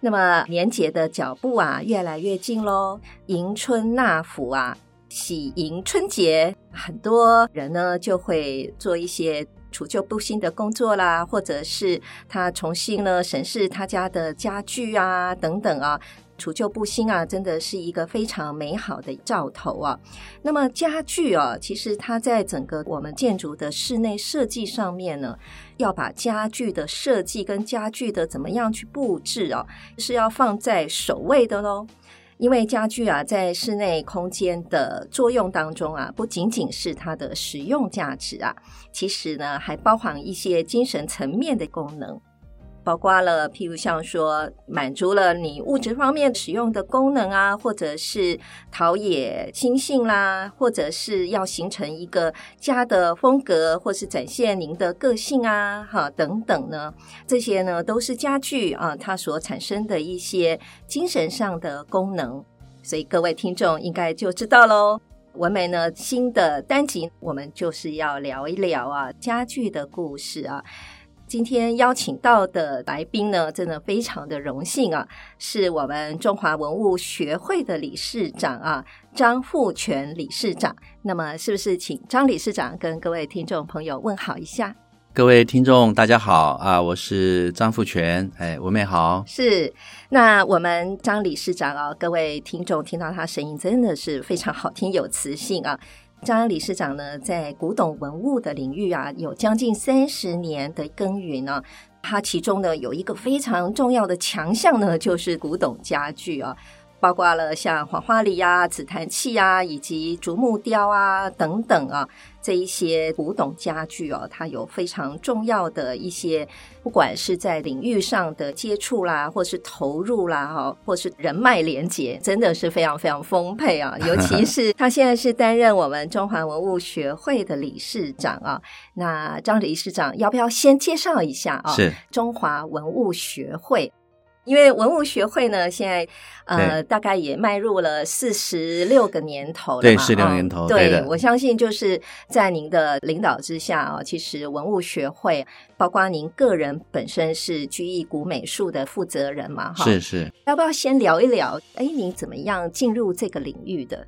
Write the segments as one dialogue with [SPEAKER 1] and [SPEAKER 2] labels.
[SPEAKER 1] 那么年节的脚步啊，越来越近喽，迎春纳福啊，喜迎春节，很多人呢就会做一些除旧布新的工作啦，或者是他重新呢审视他家的家具啊等等啊。除旧布新啊，真的是一个非常美好的兆头啊。那么家具啊，其实它在整个我们建筑的室内设计上面呢，要把家具的设计跟家具的怎么样去布置啊，是要放在首位的喽。因为家具啊，在室内空间的作用当中啊，不仅仅是它的实用价值啊，其实呢，还包含一些精神层面的功能。包括了，譬如像说满足了你物质方面使用的功能啊，或者是陶冶心性啦，或者是要形成一个家的风格，或是展现您的个性啊，哈等等呢，这些呢都是家具啊它所产生的一些精神上的功能，所以各位听众应该就知道喽。文梅呢，新的单集我们就是要聊一聊啊家具的故事啊。今天邀请到的来宾呢，真的非常的荣幸啊，是我们中华文物学会的理事长啊，张富全理事长。那么，是不是请张理事长跟各位听众朋友问好一下？
[SPEAKER 2] 各位听众，大家好啊！我是张富全，哎，文妹好。
[SPEAKER 1] 是，那我们张理事长啊，各位听众听到他声音真的是非常好听，有磁性啊。 张理事长呢，在古董文物的领域啊，有将近三十年的耕耘呢、啊。他其中呢，有一个非常重要的强项呢，就是古董家具啊，包括了像黄花梨啊、紫檀器啊，以及竹木雕啊等等啊，这一些古董家具哦、啊，它有非常重要的一些，不管是在领域上的接触啦，或是投入啦，哈，或是人脉连接，真的是非常非常丰沛啊。尤其是他现在是担任我们中华文物学会的理事长啊，那张理事长要不要先介绍一下啊？
[SPEAKER 2] 是
[SPEAKER 1] 中华文物学会。因为文物学会呢，现在呃，大概也迈入了四十六个年头了嘛，
[SPEAKER 2] 对，是六年头，
[SPEAKER 1] 嗯
[SPEAKER 2] 对
[SPEAKER 1] 对
[SPEAKER 2] 的，
[SPEAKER 1] 我相信就是在您的领导之下啊、其实文物学会，包括您个人本身是居易古美术的负责人嘛，哈，
[SPEAKER 2] 是是，
[SPEAKER 1] 要不要先聊一聊？哎，您怎么样进入这个领域的？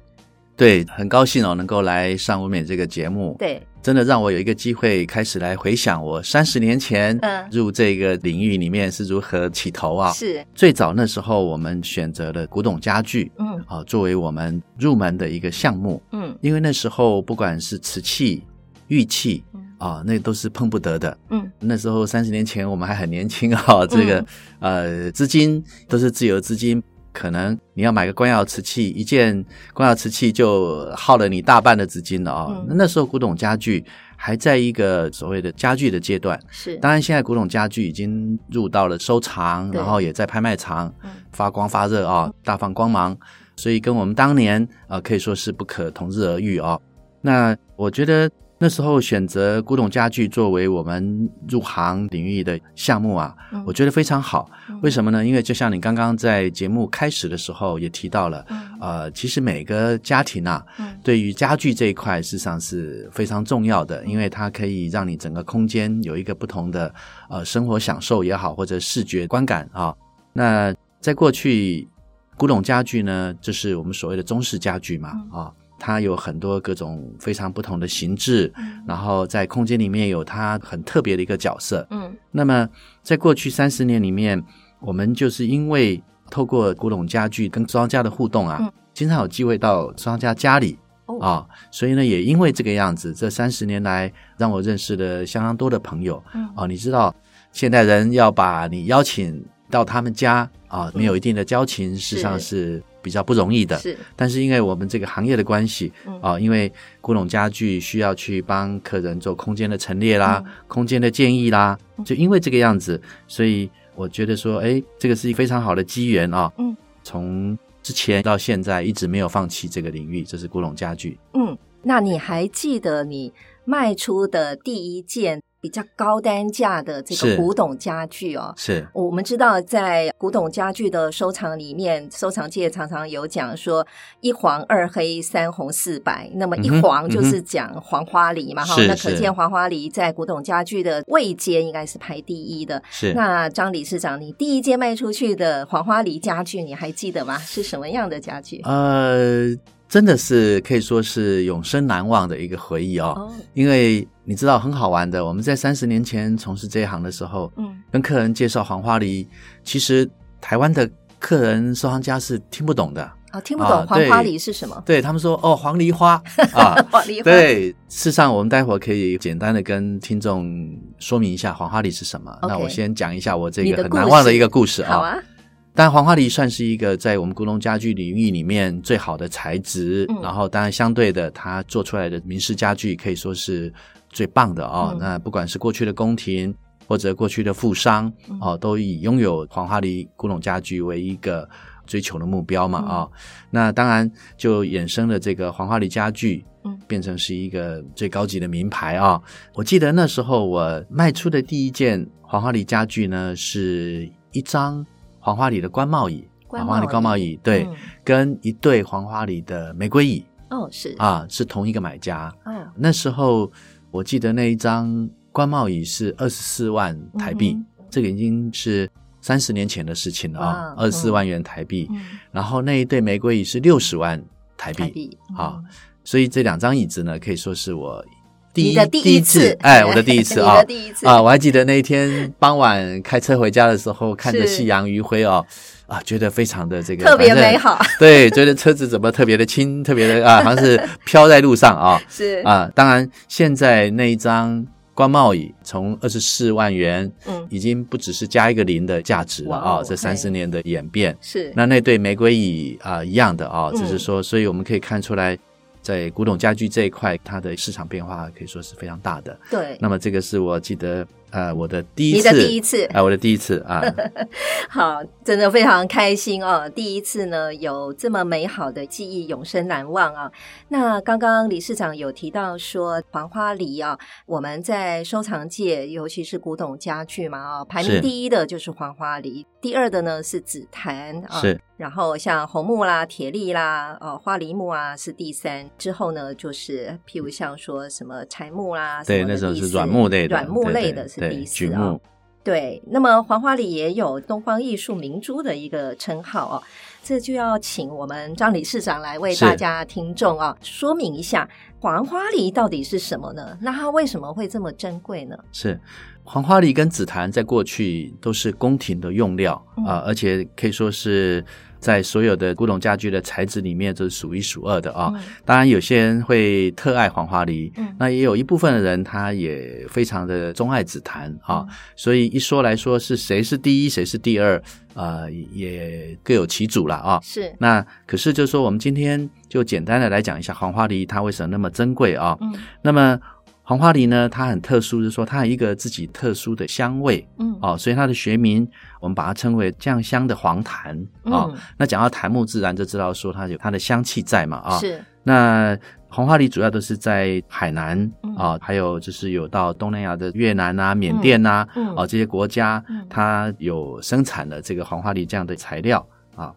[SPEAKER 2] 对，很高兴哦，能够来上文美这个节目，
[SPEAKER 1] 对，
[SPEAKER 2] 真的让我有一个机会开始来回想我三十年前
[SPEAKER 1] 嗯
[SPEAKER 2] 入这个领域里面是如何起头啊。
[SPEAKER 1] 是，
[SPEAKER 2] 最早那时候，我们选择了古董家具
[SPEAKER 1] 嗯
[SPEAKER 2] 啊，作为我们入门的一个项目，
[SPEAKER 1] 嗯
[SPEAKER 2] 因为那时候不管是瓷器、玉器
[SPEAKER 1] 嗯
[SPEAKER 2] 啊，那都是碰不得的。
[SPEAKER 1] 嗯，
[SPEAKER 2] 那时候三十年前我们还很年轻啊，这个、呃资金都是自由资金，可能你要买个官窑瓷器，一件官窑瓷器就耗了你大半的资金了啊、
[SPEAKER 1] 嗯
[SPEAKER 2] 那那时候古董家具还在一个所谓的家具的阶段，
[SPEAKER 1] 是，
[SPEAKER 2] 当然现在古董家具已经入到了收藏，
[SPEAKER 1] 对
[SPEAKER 2] 然后也在拍卖场
[SPEAKER 1] 嗯
[SPEAKER 2] 发光发热啊、大放光芒，所以跟我们当年呃可以说是不可同日而语哦。那我觉得那时候选择古董家具作为我们入行领域的项目啊，
[SPEAKER 1] 嗯
[SPEAKER 2] 我觉得非常好。为什么呢？因为就像你刚刚在节目开始的时候也提到了，
[SPEAKER 1] 嗯
[SPEAKER 2] 呃，其实每个家庭啊，
[SPEAKER 1] 嗯
[SPEAKER 2] 对于家具这一块，事实上是非常重要的，因为它可以让你整个空间有一个不同的呃生活享受也好，或者视觉观感啊。那在过去，古董家具呢，就是我们所谓的中式家具嘛啊，它有很多各种非常不同的形制，
[SPEAKER 1] 嗯
[SPEAKER 2] 然后在空间里面有它很特别的一个角色。
[SPEAKER 1] 嗯
[SPEAKER 2] 那么，在过去三十年里面，我们就是因为透过古董家具跟收藏家的互动啊，
[SPEAKER 1] 嗯
[SPEAKER 2] 经常有机会到收藏家家里
[SPEAKER 1] 哦
[SPEAKER 2] 啊、所以呢，也因为这个样子，这三十年来让我认识了相当多的朋友
[SPEAKER 1] 嗯
[SPEAKER 2] 啊、你知道，现代人要把你邀请到他们家啊、
[SPEAKER 1] 嗯
[SPEAKER 2] 没有一定的交情，事实上是比较不容易的。
[SPEAKER 1] 是，
[SPEAKER 2] 但是因啊为我们这个行业的关系
[SPEAKER 1] 嗯
[SPEAKER 2] 啊、因为古董家具需要去帮客人做空间的陈列啦、
[SPEAKER 1] 嗯
[SPEAKER 2] 空间的建议啦，就因为这个样子，所以我觉得说，哎，这个是非常好的机缘啊。
[SPEAKER 1] 嗯，
[SPEAKER 2] 从之前到现在一直没有放弃这个领域，这是古董家具。
[SPEAKER 1] 嗯，那你还记得你卖出的第一件比较高单价的这
[SPEAKER 2] 是
[SPEAKER 1] 个古董家具哦？
[SPEAKER 2] 是
[SPEAKER 1] 我们知道，在古董家具的收藏里面，收藏界常常有讲说一黄二黑三红四白。那么一
[SPEAKER 2] 嗯哼
[SPEAKER 1] 黄就
[SPEAKER 2] 嗯哼
[SPEAKER 1] 是讲黄花梨嘛，哈、
[SPEAKER 2] 是
[SPEAKER 1] 那
[SPEAKER 2] 是
[SPEAKER 1] 可见黄花梨在古董家具的位阶应该是排第一的。
[SPEAKER 2] 是。
[SPEAKER 1] 那张理事长，你第一件卖出去的黄花梨家具，你还记得吗？是什么样的家具？
[SPEAKER 2] 呃，真的是可以说是永生难忘的一个回忆哦。
[SPEAKER 1] 哦，
[SPEAKER 2] 因为你知道很好玩的，我们在三十年前从事这一行的时候，
[SPEAKER 1] 嗯，
[SPEAKER 2] 跟客人介绍黄花梨，其实台湾的客人收藏家是听不懂的，
[SPEAKER 1] 哦，听不懂
[SPEAKER 2] 啊
[SPEAKER 1] 黄
[SPEAKER 2] 对
[SPEAKER 1] 花梨是什么？
[SPEAKER 2] 对他们说哦黄 梨花啊。
[SPEAKER 1] 黄梨花，
[SPEAKER 2] 对，事实上，我们待会儿可以简单的跟听众说明一下黄花梨是什么。那
[SPEAKER 1] OK
[SPEAKER 2] 我先讲一下我这
[SPEAKER 1] 你
[SPEAKER 2] 个
[SPEAKER 1] 的
[SPEAKER 2] 很
[SPEAKER 1] 故
[SPEAKER 2] 难忘的
[SPEAKER 1] 事
[SPEAKER 2] 一个故事
[SPEAKER 1] 好啊，
[SPEAKER 2] 但黄花梨算是一个在我们古董家具领域里面最好的材质，
[SPEAKER 1] 嗯
[SPEAKER 2] 然后当然相对的，它做出来的明式家具可以说是最棒的哦。
[SPEAKER 1] 嗯
[SPEAKER 2] 那不管是过去的宫廷或者过去的富商
[SPEAKER 1] 嗯
[SPEAKER 2] 哦，都以拥有黄花梨古董家具为一个追求的目标嘛
[SPEAKER 1] 嗯
[SPEAKER 2] 啊、哦那当然就衍生了这个黄花梨家具
[SPEAKER 1] 嗯，
[SPEAKER 2] 变成是一个最高级的名牌啊、我记得那时候我卖出的第一件黄花梨家具呢，是一张黄花梨的官帽椅，
[SPEAKER 1] 官
[SPEAKER 2] 黄花梨
[SPEAKER 1] 帽
[SPEAKER 2] 官帽椅，对，
[SPEAKER 1] 嗯
[SPEAKER 2] 跟一对黄花梨的玫瑰椅
[SPEAKER 1] 哦，是，
[SPEAKER 2] 啊，是同一个买家。
[SPEAKER 1] 哦，
[SPEAKER 2] 那时候我记得那一张官帽椅是二十四万台币，
[SPEAKER 1] 嗯
[SPEAKER 2] 这个已经是三十年前的事情了啊，
[SPEAKER 1] 哇
[SPEAKER 2] 二
[SPEAKER 1] 嗯
[SPEAKER 2] 十四万元台币。
[SPEAKER 1] 嗯，
[SPEAKER 2] 然后那一对玫瑰椅是六十万台币，
[SPEAKER 1] 台币
[SPEAKER 2] 啊，
[SPEAKER 1] 嗯
[SPEAKER 2] 所以这两张椅子呢，可以说是我第一
[SPEAKER 1] 你的第
[SPEAKER 2] 一
[SPEAKER 1] 一次，
[SPEAKER 2] 哎，我的第一次
[SPEAKER 1] 你
[SPEAKER 2] 啊、
[SPEAKER 1] 的第一次
[SPEAKER 2] 啊！我还记得那一天傍晚开车回家的时候，看着夕阳余晖哦，啊，觉得非常的这个
[SPEAKER 1] 特别
[SPEAKER 2] 反正
[SPEAKER 1] 美好，
[SPEAKER 2] 对，觉得车子怎么特别的轻，特别的啊，好像是飘在路上啊
[SPEAKER 1] 是，
[SPEAKER 2] 啊！当然，现在那一张官帽椅从二十四万元，
[SPEAKER 1] 嗯，
[SPEAKER 2] 已经不只是加一个零的价值了
[SPEAKER 1] 哇
[SPEAKER 2] 啊、
[SPEAKER 1] 哦
[SPEAKER 2] 这三十
[SPEAKER 1] 嘿
[SPEAKER 2] 年的演变，
[SPEAKER 1] 是，
[SPEAKER 2] 那那对玫瑰椅啊、一样的啊、
[SPEAKER 1] 嗯
[SPEAKER 2] 只是说，所以我们可以看出来，在古董家具这一块，它的市场变化可以说是非常大的。
[SPEAKER 1] 对，
[SPEAKER 2] 那么这个是我记得呃我的第一
[SPEAKER 1] 你
[SPEAKER 2] 次，
[SPEAKER 1] 的第一次
[SPEAKER 2] 啊、，我的第一次 啊，
[SPEAKER 1] 好，真的非常开心哦！第一次呢，有这么美好的记忆，永生难忘啊。那刚刚理事长有提到说，黄花梨啊，我们在收藏界，尤其是古董家具嘛啊，排
[SPEAKER 2] 是
[SPEAKER 1] 名第一的就是黄花梨，第二的呢是紫檀啊，
[SPEAKER 2] 是
[SPEAKER 1] 然后像红木啦、铁力啦、呃花梨木啊是第三，之后呢就是譬如像说什么柴木啦，
[SPEAKER 2] 对，
[SPEAKER 1] 什么
[SPEAKER 2] 那
[SPEAKER 1] 的
[SPEAKER 2] 时候
[SPEAKER 1] 第
[SPEAKER 2] 是
[SPEAKER 1] 四
[SPEAKER 2] 软木类的，
[SPEAKER 1] 软木
[SPEAKER 2] 对
[SPEAKER 1] 类
[SPEAKER 2] 对
[SPEAKER 1] 的是
[SPEAKER 2] 对
[SPEAKER 1] 第
[SPEAKER 2] 榉
[SPEAKER 1] 四啊、
[SPEAKER 2] 木，
[SPEAKER 1] 对，那么黄花梨也有东方艺术明珠的一个称号哦，这就要请我们张理事长来为
[SPEAKER 2] 是
[SPEAKER 1] 大家听众啊、说明一下黄花梨到底是什么呢？那它为什么会这么珍贵呢？
[SPEAKER 2] 是黄花梨跟紫檀在过去都是宫廷的用料
[SPEAKER 1] 嗯
[SPEAKER 2] 啊、而且可以说是在所有的古董家具的材质里面，这是数一数二的啊、
[SPEAKER 1] 嗯
[SPEAKER 2] 当然，有些人会特爱黄花梨，
[SPEAKER 1] 嗯
[SPEAKER 2] 那也有一部分的人他也非常的钟爱紫檀啊、
[SPEAKER 1] 嗯
[SPEAKER 2] 所以一说来说是谁是第一，谁是第二，呃，也各有其主了啊。
[SPEAKER 1] 是，
[SPEAKER 2] 那可是就是说，我们今天就简单的来讲一下黄花梨它为什么那么珍贵啊、
[SPEAKER 1] 嗯
[SPEAKER 2] 那么黄花梨呢，它很特殊，就是说它有一个自己特殊的香味
[SPEAKER 1] 嗯
[SPEAKER 2] 哦，所以它的学名我们把它称为酱香的黄檀啊、
[SPEAKER 1] 嗯
[SPEAKER 2] 那讲到檀木，自然就知道说它有它的香气在嘛啊、
[SPEAKER 1] 是
[SPEAKER 2] 那红花梨主要都是在海南
[SPEAKER 1] 嗯
[SPEAKER 2] 啊、还有就是有到东南亚的越南啊、缅甸啊，
[SPEAKER 1] 嗯
[SPEAKER 2] 啊这些国家
[SPEAKER 1] 嗯，
[SPEAKER 2] 它有生产的这个黄花梨这样的材料啊。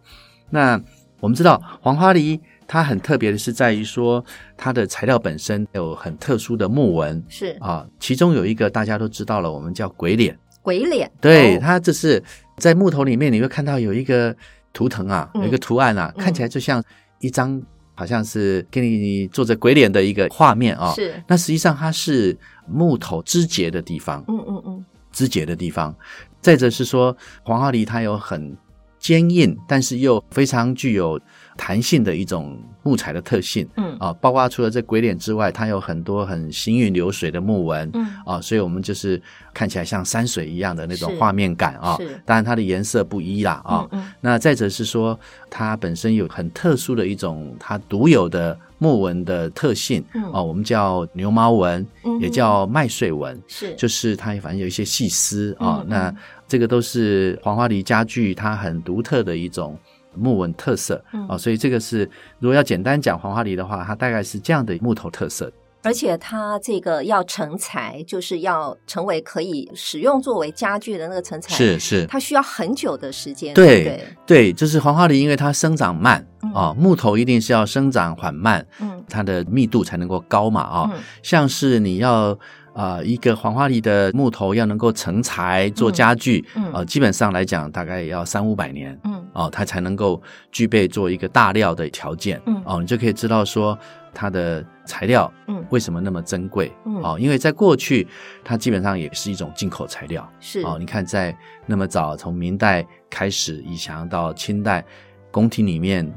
[SPEAKER 2] 那我们知道黄花梨它很特别的是在于说它的材料本身有很特殊的木纹
[SPEAKER 1] 是
[SPEAKER 2] 啊，其中有一个大家都知道了，我们叫鬼脸，
[SPEAKER 1] 鬼脸，
[SPEAKER 2] 对，
[SPEAKER 1] 哦
[SPEAKER 2] 它这是在木头里面，你会看到有一个图腾啊，
[SPEAKER 1] 嗯
[SPEAKER 2] 有一个图案啊，
[SPEAKER 1] 嗯
[SPEAKER 2] 看起来就像一张好像是给你做着鬼脸的一个画面啊。
[SPEAKER 1] 是，
[SPEAKER 2] 那实际上它是木头肢节的地方，
[SPEAKER 1] 嗯嗯嗯，
[SPEAKER 2] 肢节的地方。再者是说，黄花梨它有很坚硬，但是又非常具有弹性的一种木材的特性
[SPEAKER 1] 嗯
[SPEAKER 2] 啊。包括除了这鬼脸之外，它有很多很行云流水的木纹，
[SPEAKER 1] 嗯
[SPEAKER 2] 啊，所以我们就是看起来像山水一样的那种
[SPEAKER 1] 是
[SPEAKER 2] 画面感啊
[SPEAKER 1] 是。
[SPEAKER 2] 当然它的颜色不一啦啊。
[SPEAKER 1] 嗯嗯
[SPEAKER 2] 那再者是说，它本身有很特殊的一种它独有的木纹的特性
[SPEAKER 1] 嗯
[SPEAKER 2] 啊，我们叫牛毛纹，
[SPEAKER 1] 嗯
[SPEAKER 2] 也叫麦穗纹。
[SPEAKER 1] 是
[SPEAKER 2] 就是它反正有一些细丝
[SPEAKER 1] 嗯
[SPEAKER 2] 啊、
[SPEAKER 1] 嗯
[SPEAKER 2] 那这个都是黄花梨家具它很独特的一种木纹特色
[SPEAKER 1] 嗯
[SPEAKER 2] 哦，所以这个是如果要简单讲黄花梨的话，它大概是这样的木头特色。
[SPEAKER 1] 而且它这个要成材，就是要成为可以使用作为家具的那个成材，
[SPEAKER 2] 是，
[SPEAKER 1] 它需要很久的时间。
[SPEAKER 2] 对
[SPEAKER 1] 不对，
[SPEAKER 2] 对，就是黄花梨，因为它生长慢
[SPEAKER 1] 嗯
[SPEAKER 2] 哦，木头一定是要生长缓慢，
[SPEAKER 1] 嗯
[SPEAKER 2] 它的密度才能够高嘛啊、哦
[SPEAKER 1] 嗯
[SPEAKER 2] 像是你要呃一个黄花梨的木头要能够成材做家具，
[SPEAKER 1] 嗯
[SPEAKER 2] 呃，基本上来讲大概也要三五百年。
[SPEAKER 1] 嗯
[SPEAKER 2] 哦，它才能够具备做一个大料的条件，
[SPEAKER 1] 嗯
[SPEAKER 2] 哦，你就可以知道说它的材料
[SPEAKER 1] 嗯，
[SPEAKER 2] 为什么那么珍贵，
[SPEAKER 1] 嗯
[SPEAKER 2] 哦，因为在过去它基本上也是一种进口材料，
[SPEAKER 1] 是
[SPEAKER 2] 哦，你看在那么早，从明代开始，以降到清代，宫廷里面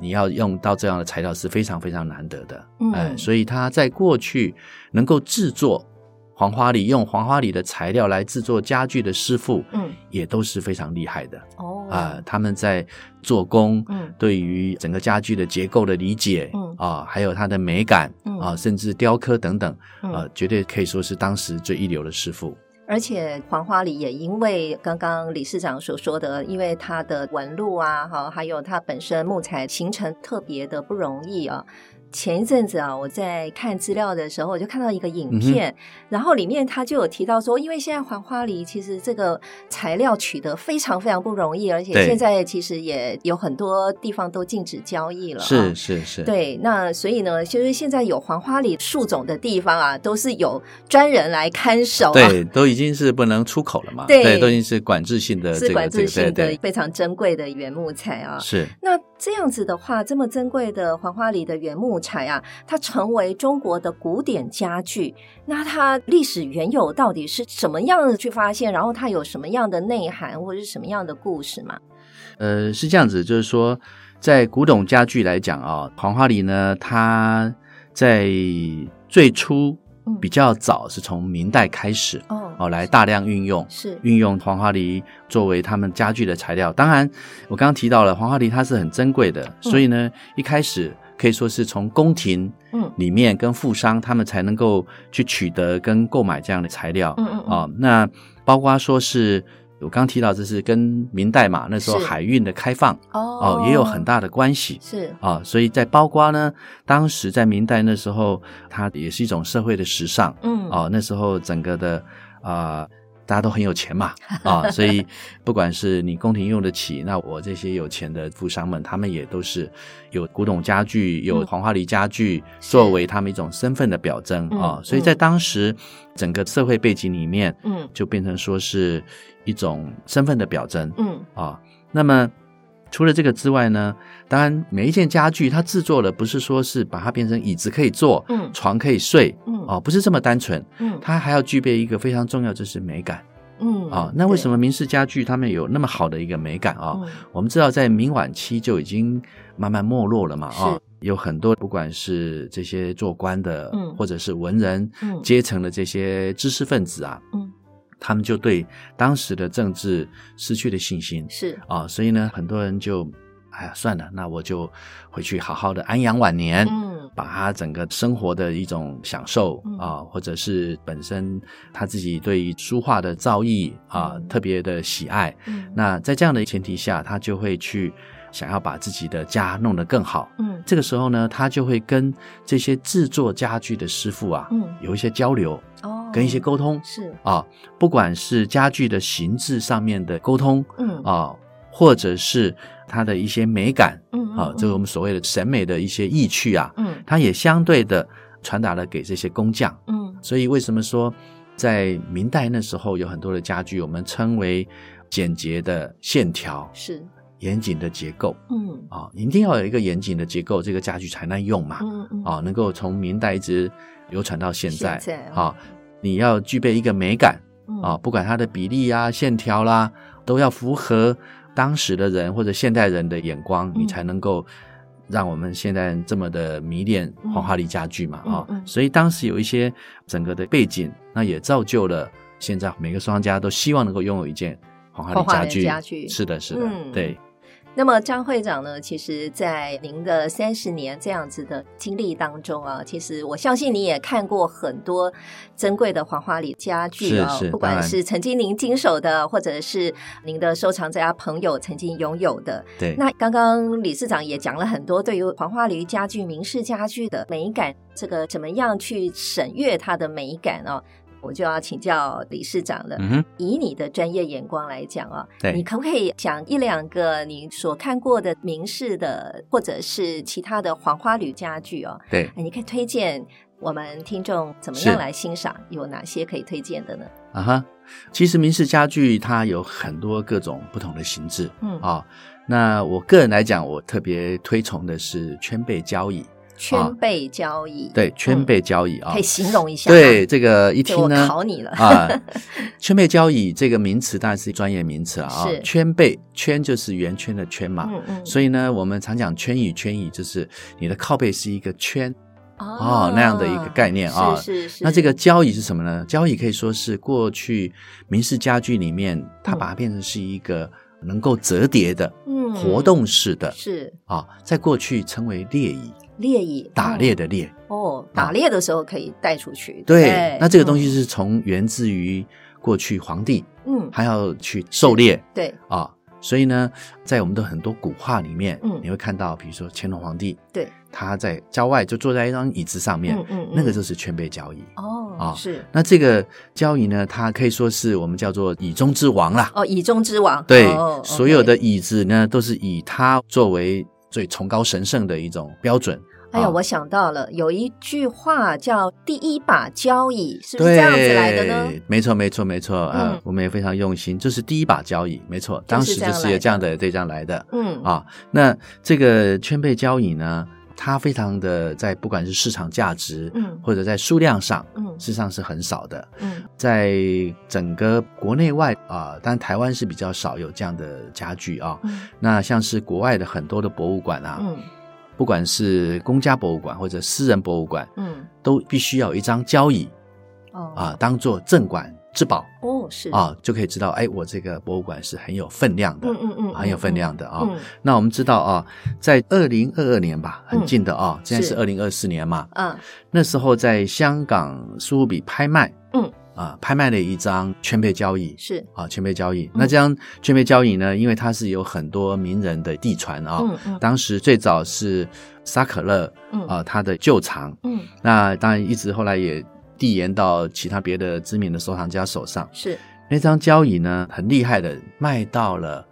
[SPEAKER 2] 你要用到这样的材料是非常非常难得的，
[SPEAKER 1] 嗯
[SPEAKER 2] 哎所以它在过去能够制作黄花梨，用黄花梨的材料来制作家具的师傅，
[SPEAKER 1] 嗯
[SPEAKER 2] 也都是非常厉害的
[SPEAKER 1] 哦
[SPEAKER 2] 啊、他们在做工，
[SPEAKER 1] 嗯
[SPEAKER 2] 对于整个家具的结构的理解，
[SPEAKER 1] 嗯
[SPEAKER 2] 啊，还有它的美感，
[SPEAKER 1] 嗯
[SPEAKER 2] 啊，甚至雕刻等等，
[SPEAKER 1] 嗯
[SPEAKER 2] 啊，绝对可以说是当时最一流的师傅。
[SPEAKER 1] 而且黄花梨也因为刚刚理事长所说的，因为它的纹路啊，哈，还有它本身木材形成特别的不容易啊。前一阵子啊，我在看资料的时候，我就看到一个
[SPEAKER 2] 嗯
[SPEAKER 1] 影片，然后里面他就有提到说，因为现在黄花梨其实这个材料取得非常非常不容易，而且
[SPEAKER 2] 对
[SPEAKER 1] 现在其实也有很多地方都禁止交易了、啊，
[SPEAKER 2] 是是是，
[SPEAKER 1] 对，那所以呢，就是现在有黄花梨树种的地方啊，都是有专人来看守、啊，
[SPEAKER 2] 对，都已经是不能出口了嘛，
[SPEAKER 1] 对
[SPEAKER 2] 都已经是管制性的这
[SPEAKER 1] 是
[SPEAKER 2] 个
[SPEAKER 1] 管制性
[SPEAKER 2] 这个
[SPEAKER 1] 的
[SPEAKER 2] 对对
[SPEAKER 1] 非常珍贵的原木材啊。
[SPEAKER 2] 是。
[SPEAKER 1] 那这样子的话，这么珍贵的黄花梨的原木材啊，它成为中国的古典家具，那它历史缘由到底是怎么样的去发现？然后它有什么样的内涵，或者是什么样的故事吗？
[SPEAKER 2] 呃，是这样子，就是说，在古董家具来讲啊、黄花梨呢，它在最初
[SPEAKER 1] 嗯
[SPEAKER 2] 比较早是从明代开始
[SPEAKER 1] 哦，
[SPEAKER 2] 哦，来大量运用。
[SPEAKER 1] 是，
[SPEAKER 2] 运用黄花梨作为他们家具的材料，当然，我刚刚提到了黄花梨它是很珍贵的，所以呢，一开始可以说是从宫廷
[SPEAKER 1] 嗯
[SPEAKER 2] 里面跟富商他们才能够去取得跟购买这样的材料。
[SPEAKER 1] 嗯嗯嗯
[SPEAKER 2] 哦，那包括说是我刚提到，这是跟明代嘛，那时候
[SPEAKER 1] 是
[SPEAKER 2] 海运的开放
[SPEAKER 1] 哦
[SPEAKER 2] 哦也有很大的关系
[SPEAKER 1] 是
[SPEAKER 2] 啊、所以在包括呢，当时在明代那时候，它也是一种社会的时尚
[SPEAKER 1] 嗯
[SPEAKER 2] 哦，那时候整个的啊。大家都很有钱嘛，啊、所以不管是你宫廷用得起，那我这些有钱的富商们，他们也都是有古董家具、有
[SPEAKER 1] 嗯
[SPEAKER 2] 黄花梨家具
[SPEAKER 1] 是
[SPEAKER 2] 作为他们一种身份的表征啊、
[SPEAKER 1] 嗯
[SPEAKER 2] 所以在
[SPEAKER 1] 嗯
[SPEAKER 2] 当时整个社会背景里面，
[SPEAKER 1] 嗯
[SPEAKER 2] 就变成说是一种身份的表征
[SPEAKER 1] 嗯
[SPEAKER 2] 啊、那么除了这个之外呢，当然每一件家具它制作的不是说是把它变成椅子可以坐、
[SPEAKER 1] 嗯
[SPEAKER 2] 床可以睡
[SPEAKER 1] 嗯
[SPEAKER 2] 哦、不是这么单纯，
[SPEAKER 1] 嗯
[SPEAKER 2] 它还要具备一个非常重要就是美感
[SPEAKER 1] 嗯
[SPEAKER 2] 啊、那为什
[SPEAKER 1] 么
[SPEAKER 2] 么明式家具他们有那么好的一个美感啊、
[SPEAKER 1] 嗯
[SPEAKER 2] 我们知道，在明晚期就已经慢慢没落了嘛，
[SPEAKER 1] 是
[SPEAKER 2] 啊、有很多不管是这些做官的，
[SPEAKER 1] 嗯
[SPEAKER 2] 或者是文人、
[SPEAKER 1] 嗯
[SPEAKER 2] 阶层的这些知识分子啊，
[SPEAKER 1] 嗯
[SPEAKER 2] 他们就对当时的政治失去了信心
[SPEAKER 1] 是
[SPEAKER 2] 啊、所以呢，很多人就，哎呀，算了，那我就回去好好的安养晚年。
[SPEAKER 1] 嗯
[SPEAKER 2] 把他整个生活的一种享受
[SPEAKER 1] 嗯
[SPEAKER 2] 啊、或者是本身他自己对于书画的造诣啊、
[SPEAKER 1] 嗯
[SPEAKER 2] 特别的喜爱，
[SPEAKER 1] 嗯
[SPEAKER 2] 那在这样的前提下，他就会去想要把自己的家弄得更好。
[SPEAKER 1] 嗯
[SPEAKER 2] 这个时候呢，他就会跟这些制作家具的师傅啊，
[SPEAKER 1] 嗯
[SPEAKER 2] 有一些交流，
[SPEAKER 1] 哦
[SPEAKER 2] 跟一些沟通
[SPEAKER 1] 是
[SPEAKER 2] 啊，不管是家具的形制上面的沟通
[SPEAKER 1] 嗯
[SPEAKER 2] 啊，或者是它的一些美感
[SPEAKER 1] 嗯
[SPEAKER 2] 啊，这个我们所谓的审美的一些意趣啊，
[SPEAKER 1] 嗯
[SPEAKER 2] 它也相对的传达了给这些工匠。
[SPEAKER 1] 嗯
[SPEAKER 2] 所以为什么说在明代那时候有很多的家具，我们称为简洁的线条、
[SPEAKER 1] 是
[SPEAKER 2] 严谨的结构
[SPEAKER 1] 嗯
[SPEAKER 2] 啊、一定要有一个严谨的结构，这个家具才耐用嘛啊、
[SPEAKER 1] 嗯嗯
[SPEAKER 2] 能够从明代一直流传到现在
[SPEAKER 1] 现在
[SPEAKER 2] 啊、你要具备一个美感
[SPEAKER 1] 嗯
[SPEAKER 2] 啊、不管它的比例啊、线条啦，都要符合当时的人或者现代人的眼光，
[SPEAKER 1] 嗯
[SPEAKER 2] 你才能够。让我们现代人这么的迷恋
[SPEAKER 1] 嗯
[SPEAKER 2] 黄花梨家具嘛啊、
[SPEAKER 1] 嗯嗯
[SPEAKER 2] 所以当时有一些整个的背景，那也造就了现在每个收藏家都希望能够拥有一件黄花
[SPEAKER 1] 黄
[SPEAKER 2] 梨
[SPEAKER 1] 花
[SPEAKER 2] 家
[SPEAKER 1] 梨
[SPEAKER 2] 具。
[SPEAKER 1] 家具
[SPEAKER 2] 是的，是的，
[SPEAKER 1] 嗯
[SPEAKER 2] 对，
[SPEAKER 1] 那么张会长呢，其实，在您的三十年这样子的经历当中啊，其实我相信你也看过很多珍贵的黄花梨家具啊，
[SPEAKER 2] 是是
[SPEAKER 1] 不
[SPEAKER 2] 当
[SPEAKER 1] 管
[SPEAKER 2] 然
[SPEAKER 1] 是曾经您经手的，或者是您的收藏家朋友曾经拥有的。
[SPEAKER 2] 对，
[SPEAKER 1] 那刚刚理事长也讲了很多对于黄花梨家具、明式家具的美感，这个怎么样去审阅它的美感哦，我就要请教理事长了。
[SPEAKER 2] 嗯哼，
[SPEAKER 1] 以你的专业眼光来讲啊，你
[SPEAKER 2] 对，
[SPEAKER 1] 可不可以讲一两个你所看过的明式的，或者是其他的黄花梨家具哦？
[SPEAKER 2] 对，
[SPEAKER 1] 哎你可以推荐我们听众怎么
[SPEAKER 2] 是
[SPEAKER 1] 样来欣赏？有哪些可以推荐的呢？
[SPEAKER 2] 啊哈。其实明式家具它有很多各种不同的形制
[SPEAKER 1] 嗯，
[SPEAKER 2] 啊、那我个人来讲，我特别推崇的是圈背交椅，
[SPEAKER 1] 圈背交椅，
[SPEAKER 2] 啊对，圈
[SPEAKER 1] 嗯
[SPEAKER 2] 背交椅啊、
[SPEAKER 1] 可以形容一下吗。
[SPEAKER 2] 对，这个一
[SPEAKER 1] 这
[SPEAKER 2] 听呢
[SPEAKER 1] 我，考你了
[SPEAKER 2] 啊，圈背交椅这个名词当然是专业名词了啊、
[SPEAKER 1] 是
[SPEAKER 2] 圈背圈就是圆圈的圈嘛，
[SPEAKER 1] 嗯嗯，
[SPEAKER 2] 所以呢，我们常讲圈椅，圈椅就是你的靠背是一个圈
[SPEAKER 1] 哦
[SPEAKER 2] 哦那样的一个概念啊
[SPEAKER 1] 是是是。
[SPEAKER 2] 那这个交椅是什么呢？交椅可以说是过去明式家具里面，它把它变成是一个能够折叠的、
[SPEAKER 1] 嗯
[SPEAKER 2] 活动式的
[SPEAKER 1] 是
[SPEAKER 2] 啊、在过去称为猎椅，
[SPEAKER 1] 猎椅，
[SPEAKER 2] 打猎的猎。
[SPEAKER 1] 哦，打猎的时候可以带出去。
[SPEAKER 2] 对，那这个东西
[SPEAKER 1] 嗯
[SPEAKER 2] 是从源自于过去皇帝
[SPEAKER 1] 嗯，
[SPEAKER 2] 还要去狩猎
[SPEAKER 1] 对
[SPEAKER 2] 啊、所以呢，在我们的很多古画里面，
[SPEAKER 1] 嗯
[SPEAKER 2] 你会看到，比如说乾隆皇帝，
[SPEAKER 1] 对，
[SPEAKER 2] 他在郊外就坐在一张椅子上面，
[SPEAKER 1] 嗯嗯，
[SPEAKER 2] 那个
[SPEAKER 1] 嗯
[SPEAKER 2] 就是圈背交椅。
[SPEAKER 1] 哦
[SPEAKER 2] 啊
[SPEAKER 1] 是
[SPEAKER 2] 那这个交椅呢，它可以说是我们叫做椅中之王啦。
[SPEAKER 1] 哦，椅中之王，
[SPEAKER 2] 对，
[SPEAKER 1] 哦
[SPEAKER 2] 所有
[SPEAKER 1] OK
[SPEAKER 2] 的椅子呢，都是以它作为最崇高神圣的一种标准。
[SPEAKER 1] 哎呀，
[SPEAKER 2] 啊
[SPEAKER 1] 我想到了，有一句话叫“第一把交椅”，是不是这样子来的呢？
[SPEAKER 2] 对没错，没错，没错。
[SPEAKER 1] 嗯
[SPEAKER 2] 呃，我们也非常用心，这是第一把交椅，没错，当时就
[SPEAKER 1] 这样来
[SPEAKER 2] 是
[SPEAKER 1] 的
[SPEAKER 2] 这样的，对，这样来的。
[SPEAKER 1] 嗯，
[SPEAKER 2] 啊，那这个圈背交椅呢，它非常的在不管是市场价值，
[SPEAKER 1] 嗯
[SPEAKER 2] 或者在数量上，
[SPEAKER 1] 嗯
[SPEAKER 2] 事实上是很少的。
[SPEAKER 1] 嗯
[SPEAKER 2] 在整个国内外啊，当然台湾是比较少有这样的家具啊。
[SPEAKER 1] 嗯
[SPEAKER 2] 那像是国外的很多的博物馆啊，
[SPEAKER 1] 嗯
[SPEAKER 2] 不管是公家博物馆或者私人博物馆，
[SPEAKER 1] 嗯，
[SPEAKER 2] 都必须要有一张交椅
[SPEAKER 1] 哦
[SPEAKER 2] 啊，当做镇馆之宝
[SPEAKER 1] 哦是，
[SPEAKER 2] 啊，就可以知道，哎，我这个博物馆是很有分量的
[SPEAKER 1] 嗯，嗯嗯，
[SPEAKER 2] 很有分量的啊。
[SPEAKER 1] 嗯，嗯
[SPEAKER 2] 那我们知道啊，在二零二二年吧，很近的啊，现在
[SPEAKER 1] 嗯是
[SPEAKER 2] 是二零二四年嘛，
[SPEAKER 1] 嗯
[SPEAKER 2] 那时候在香港苏富比拍卖，
[SPEAKER 1] 嗯
[SPEAKER 2] 啊、拍卖了一张圈背交椅
[SPEAKER 1] 是，
[SPEAKER 2] 啊，圈背交
[SPEAKER 1] 嗯
[SPEAKER 2] 椅。那这张圈背交椅呢，因为它是有很多名人的地传啊，
[SPEAKER 1] 嗯嗯
[SPEAKER 2] 当时最早是沙可乐
[SPEAKER 1] 嗯
[SPEAKER 2] 啊、他的旧藏，
[SPEAKER 1] 嗯
[SPEAKER 2] 那当然一直后来也递延到其他别的知名的收藏家手上。
[SPEAKER 1] 是，
[SPEAKER 2] 那张交椅呢，很厉害的，卖到了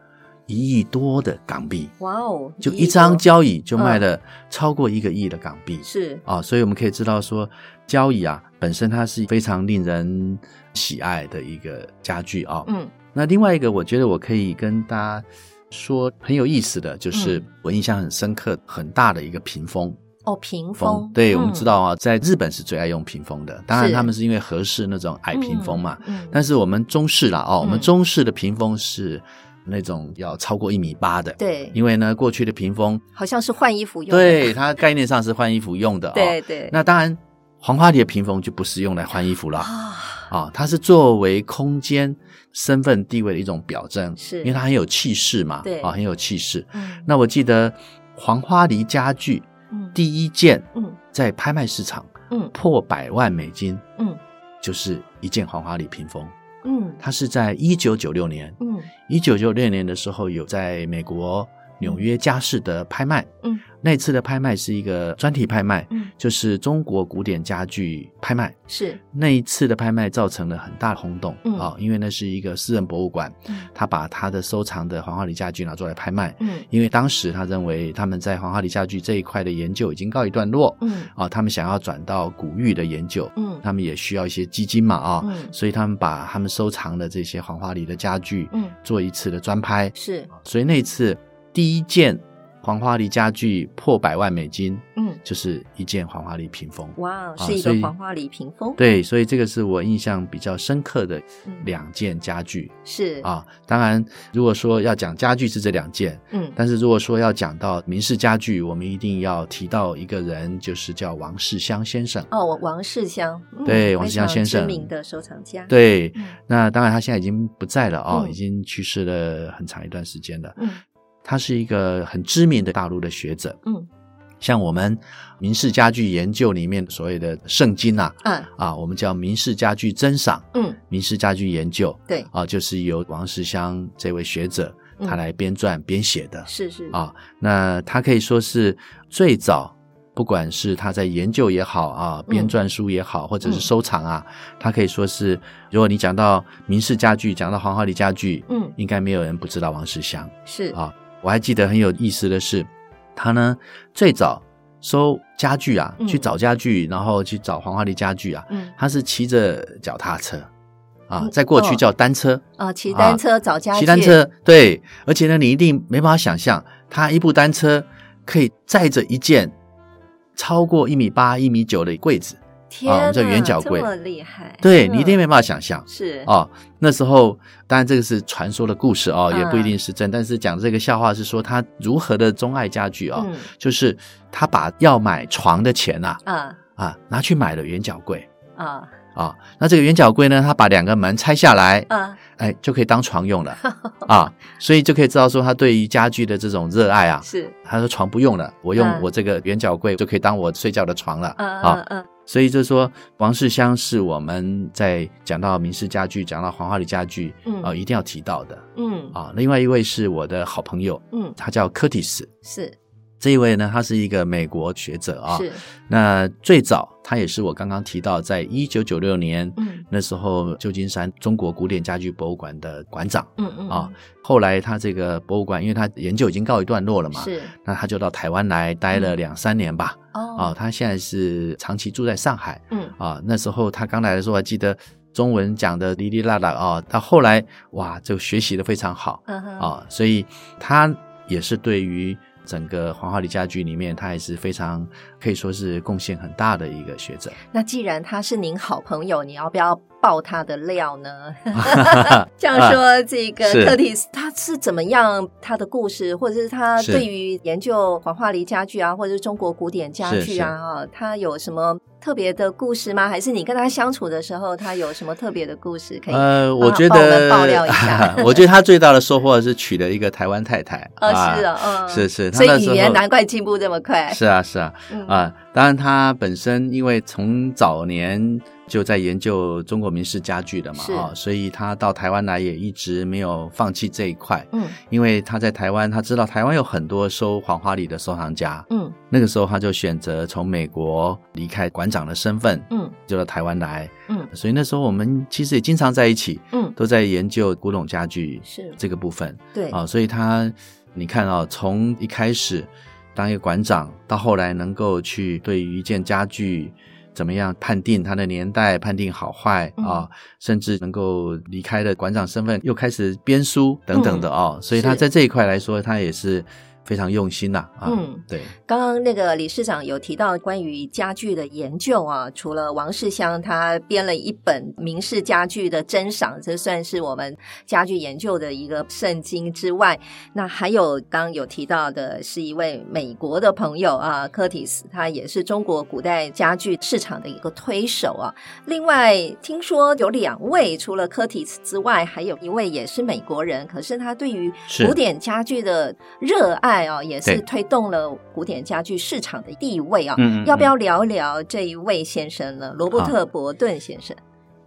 [SPEAKER 2] 一亿多的港币。
[SPEAKER 1] 哇哦，嗯
[SPEAKER 2] 就
[SPEAKER 1] 一
[SPEAKER 2] 一
[SPEAKER 1] 亿
[SPEAKER 2] 张
[SPEAKER 1] 多
[SPEAKER 2] 交椅就卖了超过一个亿的港币
[SPEAKER 1] 是，
[SPEAKER 2] 啊、所以我们可以知道说，交椅啊本身它是非常令人喜爱的一个家具啊、
[SPEAKER 1] 嗯
[SPEAKER 2] 那另外一个，我觉得我可以跟大家说很有意思的，就是
[SPEAKER 1] 嗯
[SPEAKER 2] 我印象很深刻、很大的一个屏风。
[SPEAKER 1] 哦屏风，
[SPEAKER 2] 对、
[SPEAKER 1] 嗯
[SPEAKER 2] 我们知道啊，在日本是最爱用屏风的，当然
[SPEAKER 1] 是
[SPEAKER 2] 他们是因为合适那种矮屏风嘛。，
[SPEAKER 1] 嗯嗯
[SPEAKER 2] 但是我们中式啦，哦，我们
[SPEAKER 1] 嗯
[SPEAKER 2] 中式的屏风是那种要超过一米八的。
[SPEAKER 1] 对，
[SPEAKER 2] 因为呢，过去的屏风
[SPEAKER 1] 好像是换衣服用的，
[SPEAKER 2] 对，它概念上是换衣服用的、哦。
[SPEAKER 1] 对，对，
[SPEAKER 2] 那当然，黄花梨的屏风就不是用来换衣服了啊、
[SPEAKER 1] 啊
[SPEAKER 2] 它是作为空间身份地位的一种表征，
[SPEAKER 1] 是
[SPEAKER 2] 因为它很有气势嘛，
[SPEAKER 1] 对
[SPEAKER 2] 啊、很有气势。
[SPEAKER 1] 嗯
[SPEAKER 2] 那我记得黄花梨家具
[SPEAKER 1] 嗯
[SPEAKER 2] 第一件
[SPEAKER 1] 嗯
[SPEAKER 2] 在拍卖市场
[SPEAKER 1] 嗯
[SPEAKER 2] 破百万美金，
[SPEAKER 1] 嗯
[SPEAKER 2] 就是一件黄花梨屏风。
[SPEAKER 1] 嗯
[SPEAKER 2] 它是在一九九六年，
[SPEAKER 1] 嗯
[SPEAKER 2] 一九九六年的时候有在美国纽约佳士得拍卖，
[SPEAKER 1] 嗯
[SPEAKER 2] 那次的拍卖是一个专题拍卖，
[SPEAKER 1] 嗯
[SPEAKER 2] 就是中国古典家具拍卖。
[SPEAKER 1] 是，
[SPEAKER 2] 那一次的拍卖造成了很大的轰动
[SPEAKER 1] 嗯
[SPEAKER 2] 啊、因为那是一个私人博物馆，
[SPEAKER 1] 嗯
[SPEAKER 2] 他把他的收藏的黄花梨家具拿出来拍卖，
[SPEAKER 1] 嗯
[SPEAKER 2] 因为当时他认为他们在黄花梨家具这一块的研究已经告一段落
[SPEAKER 1] 嗯
[SPEAKER 2] 啊、他们想要转到古玉的研究，
[SPEAKER 1] 嗯
[SPEAKER 2] 他们也需要一些基金嘛啊、
[SPEAKER 1] 嗯
[SPEAKER 2] 所以他们把他们收藏的这些黄花梨的家具
[SPEAKER 1] 嗯
[SPEAKER 2] 做一次的专拍，
[SPEAKER 1] 是，
[SPEAKER 2] 所以那次第一件黄花梨家具破百万美金，
[SPEAKER 1] 嗯
[SPEAKER 2] 就是一件黄花梨屏风。
[SPEAKER 1] 哇，哦
[SPEAKER 2] 啊
[SPEAKER 1] 是一
[SPEAKER 2] 所
[SPEAKER 1] 个
[SPEAKER 2] 以
[SPEAKER 1] 黄花梨屏风，
[SPEAKER 2] 对，所以这个是我印象比较深刻的
[SPEAKER 1] 嗯
[SPEAKER 2] 两件家具
[SPEAKER 1] 是，
[SPEAKER 2] 啊。当然，如果说要讲家具是这两件，
[SPEAKER 1] 嗯
[SPEAKER 2] 但是如果说要讲到明式家具，我们一定要提到一个人，就是叫王世襄先生。
[SPEAKER 1] 哦，我王世襄，嗯
[SPEAKER 2] 对王
[SPEAKER 1] 非
[SPEAKER 2] 世襄
[SPEAKER 1] 常
[SPEAKER 2] 先
[SPEAKER 1] 知
[SPEAKER 2] 生
[SPEAKER 1] 名的收藏家，，
[SPEAKER 2] 对，
[SPEAKER 1] 嗯
[SPEAKER 2] 那当然他现在已经不在了啊、
[SPEAKER 1] 嗯
[SPEAKER 2] 已经去世了很长一段时间了。
[SPEAKER 1] 嗯
[SPEAKER 2] 他是一个很知名的大陆的学者，
[SPEAKER 1] 嗯
[SPEAKER 2] 像我们民事家具研究里面所谓的圣经啊，
[SPEAKER 1] 啊
[SPEAKER 2] 啊，我们叫民事家具珍赏、
[SPEAKER 1] 嗯，
[SPEAKER 2] 民事家具研究
[SPEAKER 1] 对，
[SPEAKER 2] 啊，就是由王石香这位学者
[SPEAKER 1] 嗯
[SPEAKER 2] 他来编撰编写的
[SPEAKER 1] 是是
[SPEAKER 2] 啊。那他可以说是最早，不管是他在研究也好啊，
[SPEAKER 1] 嗯
[SPEAKER 2] 编撰书也好，或者是
[SPEAKER 1] 嗯
[SPEAKER 2] 收藏啊，他可以说是，如果你讲到民事家具，讲到黄花梨家具，
[SPEAKER 1] 嗯
[SPEAKER 2] 应该没有人不知道王石香。
[SPEAKER 1] 是
[SPEAKER 2] 啊我还记得很有意思的是，他呢最早收家具啊，
[SPEAKER 1] 嗯
[SPEAKER 2] 去找家具，然后去找黄花梨家具啊，
[SPEAKER 1] 嗯
[SPEAKER 2] 他是骑着脚踏车啊
[SPEAKER 1] 嗯，
[SPEAKER 2] 在过去
[SPEAKER 1] 哦
[SPEAKER 2] 叫单车，
[SPEAKER 1] 啊，骑单车找家具，
[SPEAKER 2] 骑单车对，而且呢，你一定没办法想象，他一部单车可以载着一件超过一米八、一米九的柜子，
[SPEAKER 1] 天
[SPEAKER 2] 啊我们叫
[SPEAKER 1] 哪
[SPEAKER 2] 圆角柜
[SPEAKER 1] 这么厉害，
[SPEAKER 2] 对
[SPEAKER 1] 嗯
[SPEAKER 2] 你一定没办法想象。
[SPEAKER 1] 是
[SPEAKER 2] 哦，那时候当然这个是传说的故事哦，也不一
[SPEAKER 1] 嗯
[SPEAKER 2] 定是真。但是讲这个笑话是说他如何的钟爱家具哦，
[SPEAKER 1] 嗯
[SPEAKER 2] 就是他把要买床的钱呐
[SPEAKER 1] 啊
[SPEAKER 2] 啊拿去买了圆角柜
[SPEAKER 1] 啊
[SPEAKER 2] 啊、那这个圆角柜呢，他把两个门拆下来，
[SPEAKER 1] 啊，
[SPEAKER 2] 哎，就可以当床用了啊，所以就可以知道说他对于家具的这种热爱啊。
[SPEAKER 1] 是
[SPEAKER 2] 他说床不用了，我用
[SPEAKER 1] 嗯
[SPEAKER 2] 我这个圆角柜就可以当我睡觉的床了
[SPEAKER 1] 嗯
[SPEAKER 2] 啊
[SPEAKER 1] 嗯。嗯
[SPEAKER 2] 所以就说王世襄是我们在讲到民事家具、讲到黄花梨家具，
[SPEAKER 1] 嗯
[SPEAKER 2] 呃，一定要提到的
[SPEAKER 1] 嗯
[SPEAKER 2] 啊。另外一位是我的好朋友，
[SPEAKER 1] 嗯
[SPEAKER 2] 他叫柯蒂斯，
[SPEAKER 1] 是
[SPEAKER 2] 这一位呢，他是一个美国学者啊。
[SPEAKER 1] 是
[SPEAKER 2] 那最早他也是我刚刚提到，在一九九六年、
[SPEAKER 1] 嗯
[SPEAKER 2] 那时候，旧金山中国古典家具博物馆的馆长。
[SPEAKER 1] 嗯嗯
[SPEAKER 2] 啊，后来他这个博物馆，因为他研究已经告一段落了嘛，
[SPEAKER 1] 是
[SPEAKER 2] 那他就到台湾来待
[SPEAKER 1] 嗯
[SPEAKER 2] 了两三年吧。啊，
[SPEAKER 1] 哦
[SPEAKER 2] 他现在是长期住在上海。
[SPEAKER 1] 嗯
[SPEAKER 2] 啊，那时候他刚来的时候，还记得中文讲的哩哩啦啦啊，他后来哇，就学习的非常好
[SPEAKER 1] 嗯哼
[SPEAKER 2] 啊，所以他也是对于整个黄花梨家具里面，他也是非常可以说是贡献很大的一个学者。
[SPEAKER 1] 那既然他是您好朋友，你要不要爆他的料呢？这样说，这个
[SPEAKER 2] 是
[SPEAKER 1] 特蒂斯他是怎么样？他的故事，或者是他
[SPEAKER 2] 是
[SPEAKER 1] 对于研究黄花梨家具啊，或者是中国古典家具啊，啊，他有什么特别的故事吗？还是你跟他相处的时候，他有什么特别的故事可以？
[SPEAKER 2] 呃，我
[SPEAKER 1] 帮
[SPEAKER 2] 觉
[SPEAKER 1] 帮我们
[SPEAKER 2] 得
[SPEAKER 1] 爆料一下
[SPEAKER 2] 我觉得他最大的收获是娶了一个台湾太太。
[SPEAKER 1] 呃，是啊，嗯，
[SPEAKER 2] 是是他
[SPEAKER 1] 所
[SPEAKER 2] 那
[SPEAKER 1] 以
[SPEAKER 2] 时
[SPEAKER 1] 语言
[SPEAKER 2] 候
[SPEAKER 1] 难怪进步这么快。
[SPEAKER 2] 是啊，是啊，
[SPEAKER 1] 嗯
[SPEAKER 2] 啊、当然他本身因为从早年就在研究中国民事家具的嘛，
[SPEAKER 1] 是
[SPEAKER 2] 啊、所以他到台湾来也一直没有放弃这一块，
[SPEAKER 1] 嗯
[SPEAKER 2] 因为他在台湾，他知道台湾有很多收黄花梨的收藏家，
[SPEAKER 1] 嗯
[SPEAKER 2] 那个时候他就选择从美国离开馆长的身份，
[SPEAKER 1] 嗯
[SPEAKER 2] 就到台湾来，
[SPEAKER 1] 嗯
[SPEAKER 2] 所以那时候我们其实也经常在一起，
[SPEAKER 1] 嗯，
[SPEAKER 2] 都在研究古董家具
[SPEAKER 1] 是
[SPEAKER 2] 这个部分，
[SPEAKER 1] 对，
[SPEAKER 2] 啊、所以他你看啊、从一开始当一个馆长，到后来能够去对于一件家具怎么样判定它的年代、判定好坏啊、
[SPEAKER 1] 嗯
[SPEAKER 2] 甚至能够离开了馆长身份，又开始编书等等的啊、所以他
[SPEAKER 1] 嗯是
[SPEAKER 2] 在这一块来说，他也是非常用心呐、啊。
[SPEAKER 1] 嗯
[SPEAKER 2] 对，
[SPEAKER 1] 刚刚那个理事长有提到关于家具的研究啊，除了王世襄他编了一本《明式家具的珍赏》，这算是我们家具研究的一个圣经之外，那还有刚刚有提到的是一位美国的朋友啊，科提斯，他也是中国古代家具市场的一个推手啊。另外，听说有两位，除了科提斯之外，还有一位也是美国人，可是他对于
[SPEAKER 2] 是
[SPEAKER 1] 古典家具的热爱啊，也是
[SPEAKER 2] 对
[SPEAKER 1] 推动了古典家具市场的地位啊。
[SPEAKER 2] 嗯嗯嗯
[SPEAKER 1] 要不要聊一聊这一位先生呢？罗伯特·伯顿先生。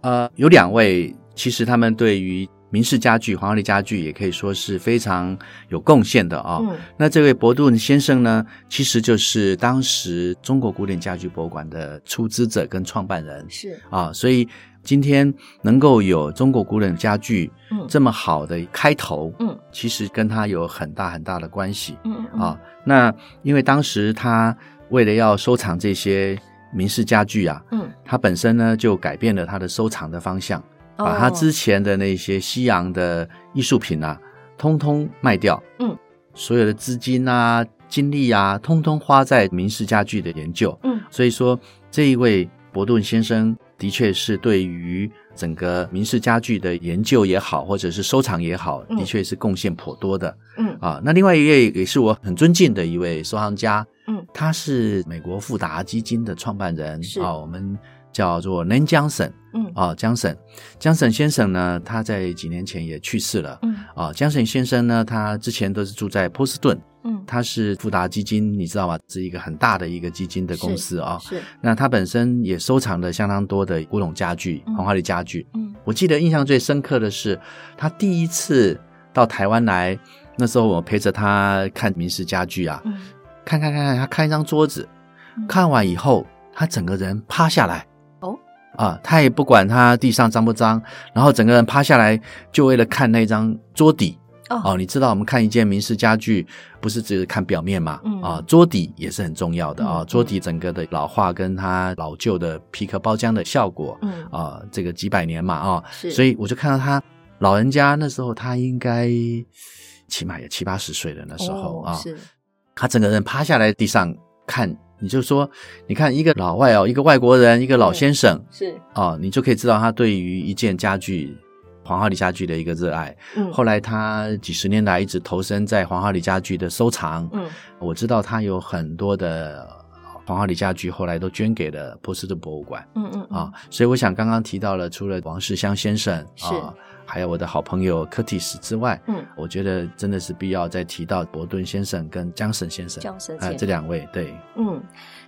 [SPEAKER 2] 呃，有两位，其实他们对于民事家具、黄花梨家具也可以说是非常有贡献的啊、
[SPEAKER 1] 嗯
[SPEAKER 2] 那这位伯顿先生呢，其实就是当时中国古典家具博物馆的出资者跟创办人
[SPEAKER 1] 是，
[SPEAKER 2] 啊，所以今天能够有中国古典家具
[SPEAKER 1] 嗯
[SPEAKER 2] 这么好的开头，
[SPEAKER 1] 嗯，
[SPEAKER 2] 其实跟他有很大很大的关系
[SPEAKER 1] 嗯嗯
[SPEAKER 2] 啊。那因为当时他为了要收藏这些民事家具啊，
[SPEAKER 1] 嗯，
[SPEAKER 2] 他本身呢就改变了他的收藏的方向，把他
[SPEAKER 1] 哦
[SPEAKER 2] 之前的那些西洋的艺术品啊，通通卖掉，
[SPEAKER 1] 嗯，
[SPEAKER 2] 所有的资金啊、精力啊，通通花在民事家具的研究。
[SPEAKER 1] 嗯
[SPEAKER 2] 所以说，这一位伯顿先生的确是对于整个民事家具的研究也好，或者是收藏也好，
[SPEAKER 1] 嗯
[SPEAKER 2] 的确是贡献颇多的。
[SPEAKER 1] 嗯
[SPEAKER 2] 啊，那另外一位也是我很尊敬的一位收藏家，
[SPEAKER 1] 嗯，
[SPEAKER 2] 他是美国富达基金的创办人
[SPEAKER 1] 是
[SPEAKER 2] 啊，我们叫做 Nan Johnson
[SPEAKER 1] 嗯
[SPEAKER 2] 啊、江省江省先生呢，他在几年前也去世了。
[SPEAKER 1] 嗯
[SPEAKER 2] 啊，江省先生呢，他之前都是住在波士顿，
[SPEAKER 1] 嗯，
[SPEAKER 2] 他是富达基金，你知道吗？是一个很大的一个基金的公司啊、
[SPEAKER 1] 是
[SPEAKER 2] 那他本身也收藏了相当多的古董家具、
[SPEAKER 1] 嗯
[SPEAKER 2] 黄花梨家具。
[SPEAKER 1] 嗯
[SPEAKER 2] 我记得印象最深刻的是，他第一次到台湾来，那时候我陪着他看名仕家具啊，
[SPEAKER 1] 嗯
[SPEAKER 2] 看看看看，他看一张桌子，
[SPEAKER 1] 嗯
[SPEAKER 2] 看完以后，他整个人趴下来。
[SPEAKER 1] 哦
[SPEAKER 2] 啊，他也不管他地上脏不脏，然后整个人趴下来，就为了看那张桌底。哦，
[SPEAKER 1] 哦
[SPEAKER 2] 你知道我们看一件名仕家具，不是只是看表面嘛？
[SPEAKER 1] 嗯
[SPEAKER 2] 啊，桌底也是很重要的啊、
[SPEAKER 1] 嗯
[SPEAKER 2] 桌底整个的老化跟它老旧的皮壳包浆的效果
[SPEAKER 1] 嗯
[SPEAKER 2] 啊，这个几百年嘛啊，
[SPEAKER 1] 是，
[SPEAKER 2] 所
[SPEAKER 1] 以
[SPEAKER 2] 以我就看到他老人家那时候，他应该起码也七八十岁了那时候、啊，
[SPEAKER 1] 哦是
[SPEAKER 2] 他整个人趴下来地上看，你就说，你看一个老外哦，一个外国人，一个老
[SPEAKER 1] 对
[SPEAKER 2] 先生
[SPEAKER 1] 是
[SPEAKER 2] 啊，你就可以知道他对于一件家具黄花梨家具的一个热爱。
[SPEAKER 1] 嗯
[SPEAKER 2] 后来他几十年来一直投身在黄花梨家具的收藏。
[SPEAKER 1] 嗯
[SPEAKER 2] 我知道他有很多的黄花梨家具，后来都捐给了波士顿博物馆
[SPEAKER 1] 嗯嗯
[SPEAKER 2] 啊。所以我想刚刚提到了，除了王世襄先生
[SPEAKER 1] 是
[SPEAKER 2] 啊，还有我的好朋友柯蒂斯之外，
[SPEAKER 1] 嗯
[SPEAKER 2] 我觉得真的是必要再提到伯顿先生跟江省先生。
[SPEAKER 1] 江生
[SPEAKER 2] 啊、
[SPEAKER 1] 健
[SPEAKER 2] 这两位对，
[SPEAKER 1] 嗯，